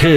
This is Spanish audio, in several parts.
que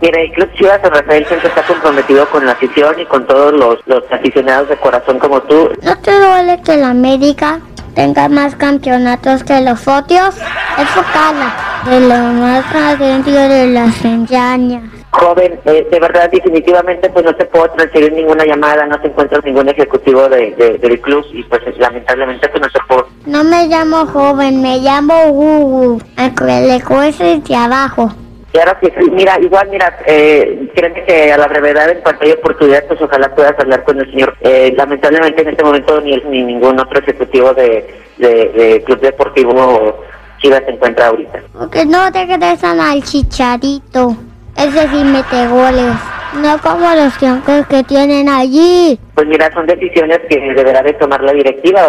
Mira, el Club Chivas San Rafael siempre está comprometido con la afición y con todos los, los aficionados de corazón como tú. ¿No te duele que la América tenga más campeonatos que los otros? Eso cala de lo más adentro de las engañas. Joven, eh, de verdad, definitivamente, pues no te puedo transferir ninguna llamada, no te encuentro ningún ejecutivo de, de- del club y pues lamentablemente pues no te puedo. No me llamo joven, me llamo Gugu, al que le cuesta el trabajo. Y ahora sí, sí, mira, igual, mira, eh, créeme que a la brevedad, en cuanto hay oportunidad, pues ojalá puedas hablar con el señor. Eh, lamentablemente en este momento ni él ni ningún otro ejecutivo de, de, de club deportivo Chivas se encuentra ahorita. Porque no te regresan al chicharito. Ese sí mete goles. No como los troncos que tienen allí. Pues mira, son decisiones que deberá de tomar la directiva.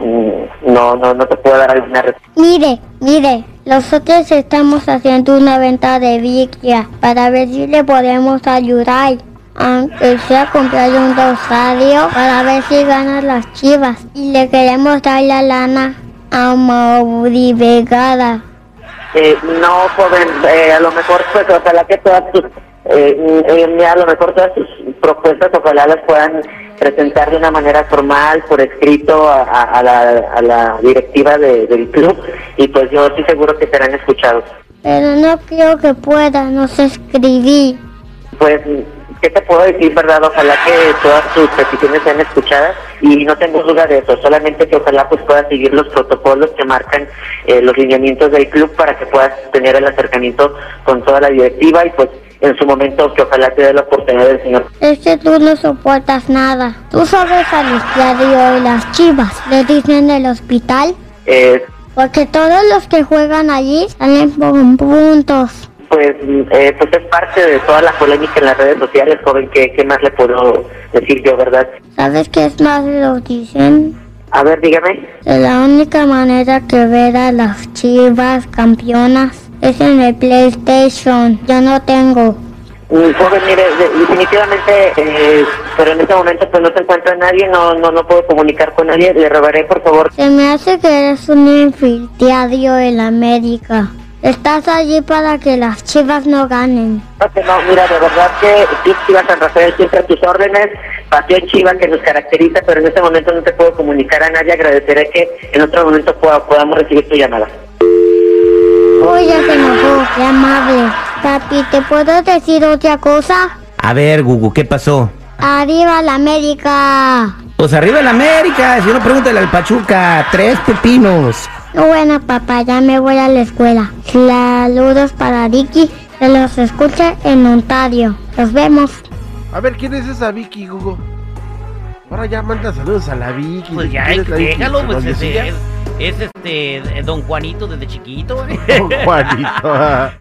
Mm, No, no, no te puedo dar alguna respuesta. Mire, mire, nosotros estamos haciendo una venta de Vigia para ver si le podemos ayudar. Aunque sea comprar un rosario para ver si ganan las chivas. Y le queremos dar la lana a Mauri Vegada. Eh, no, joven, eh, a lo mejor, pues, ojalá que todas tus, eh, mm, eh, mira, a lo mejor todas tus propuestas, ojalá las puedan presentar de una manera formal, por escrito, a, a- a la, a la directiva de- del club, y pues yo estoy seguro que serán escuchados. Pero no creo que pueda, no sé escribir. Pues, ¿qué te puedo decir, verdad? Ojalá que todas tus peticiones sean escuchadas y no tengo duda de eso, solamente que ojalá pues puedas seguir los protocolos que marcan eh, los lineamientos del club para que puedas tener el acercamiento con toda la directiva y pues en su momento que ojalá te dé la oportunidad del señor. Es que tú no soportas nada. Tú sabes a los diarios de las chivas, le dicen del hospital, Eh, porque todos los que juegan allí salen con puntos. pues, eh, pues es parte de toda la polémica en las redes sociales, joven, ¿qué, qué más le puedo decir yo, verdad? ¿Sabes qué es más lo dicen? A ver, dígame. La única manera que ver a las chivas campeonas es en el PlayStation. Yo no tengo. Mm, Joven, mire, de- definitivamente, eh, pero en este momento pues no se encuentra nadie, no, no, no puedo comunicar con nadie. Le robaré, por favor. Se me hace que eres un infiltrado en la América. Estás allí para que las chivas no ganen. No, que no, mira, de verdad que tú, Chivas San Rafael, siempre a tus órdenes, pasión chiva que nos caracteriza, pero en este momento no te puedo comunicar a nadie. Agradeceré que en otro momento pueda- podamos recibir tu llamada. Uy, ya se enojó. Qué amable. Papi, ¿te puedo decir otra cosa? A ver, Gugu, ¿qué pasó? Arriba la América. Pues arriba el América, si uno pregúntale al Pachuca, tres pepinos. Bueno, papá, ya me voy a la escuela. Saludos para Ricky. Se los escucha en Ontario. Nos vemos. A ver, ¿quién es esa Vicky, Hugo? Ahora ya manda saludos a la Vicky. Pues ya, ¿Quién es la Vicky? déjalo, pues ¿Conocida? ese es, es este eh, Don Juanito desde chiquito. güey. Juanito.